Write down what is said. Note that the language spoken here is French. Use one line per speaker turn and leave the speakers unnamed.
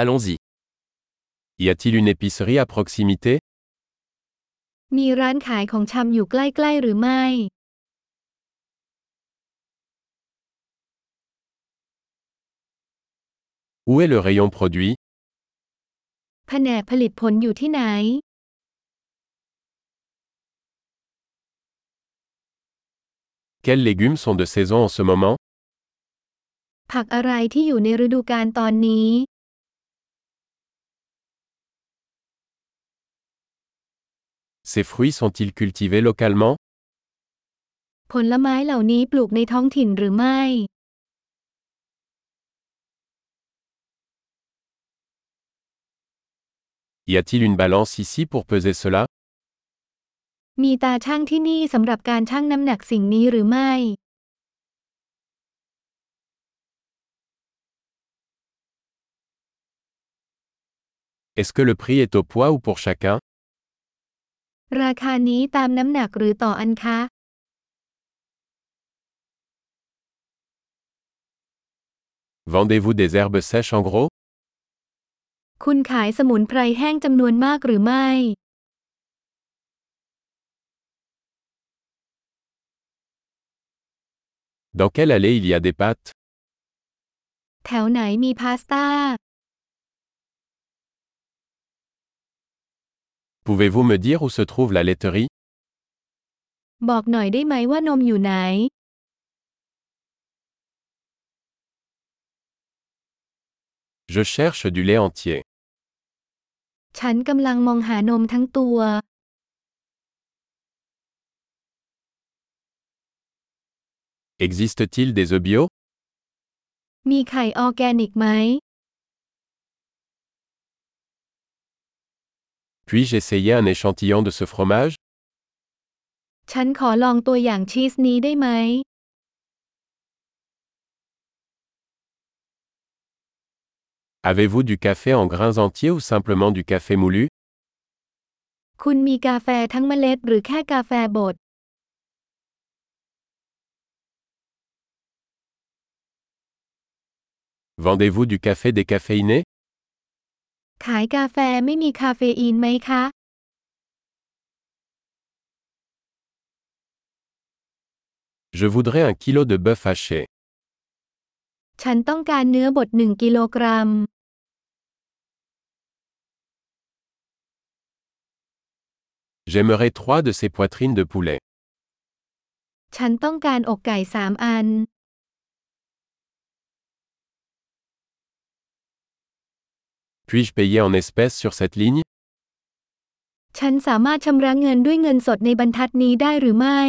Allons-y. Y a-t-il une épicerie à proximité
มีร้านขายของชำอยู่ใกล้ ๆ หรือไม่
Où est le rayon produit
แผนกผลิตผลอยู่ที่ไหน
Quels légumes sont de saison en ce moment
ผักอะไรที่อยู่ในฤดูกาลตอนนี้
Ces fruits sont-ils cultivés localement
ผลไม้เหล่านี้ปลูกในท้องถิ่นหรือไม่
Y a-t-il une balance ici pour peser cela
มีตาช่างที่นี่สำหรับการชั่งน้ำหนักสิ่งนี้หรือไม่
Est-ce que le prix est au poids ou pour chacun
ราคานี้ตามน้ำหนักหรือต่ออันคะ
Vendez-vous des herbes sèches en gros
คุณขายสมุนไพรแห้งจำนวนมากหรือไม่
Dans quelle allée il y a des pâtes
แถวไหนมีพาสต้า
Pouvez-vous me dire où se trouve la laiterie
บอกหน่อยได้ไหมว่านมอยู่ไหน
Je cherche du lait entier.
ฉันกำลังมองหานมทั้งตัว
Existe-t-il des œufs bio
มีไข่ออร์แกนิกไหม
Puis-je essayer un échantillon de ce fromage
ฉันขอลองตัวอย่างชีสนี้ได้ไหม
Avez-vous du café en grains entiers ou simplement du café moulu
คุณมีกาแฟทั้งเมล็ดหรือแค่กาแฟบด
Vendez-vous du café décaféiné
ขายกาแฟไม่มีคาเฟอีนไหมคะ
Je voudrais un kilo de bœuf haché.
ฉันต้องการเนื้อบด1กิโลกรัม
J'aimerais trois de ces poitrines de poulet.
ฉันต้องการอกไก่ 3 อัน
Puis-je payer en espèces sur cette ligne
ฉันสามารถชำระเงินด้วยเงินสดในบรรทัดนี้ได้หรือไม่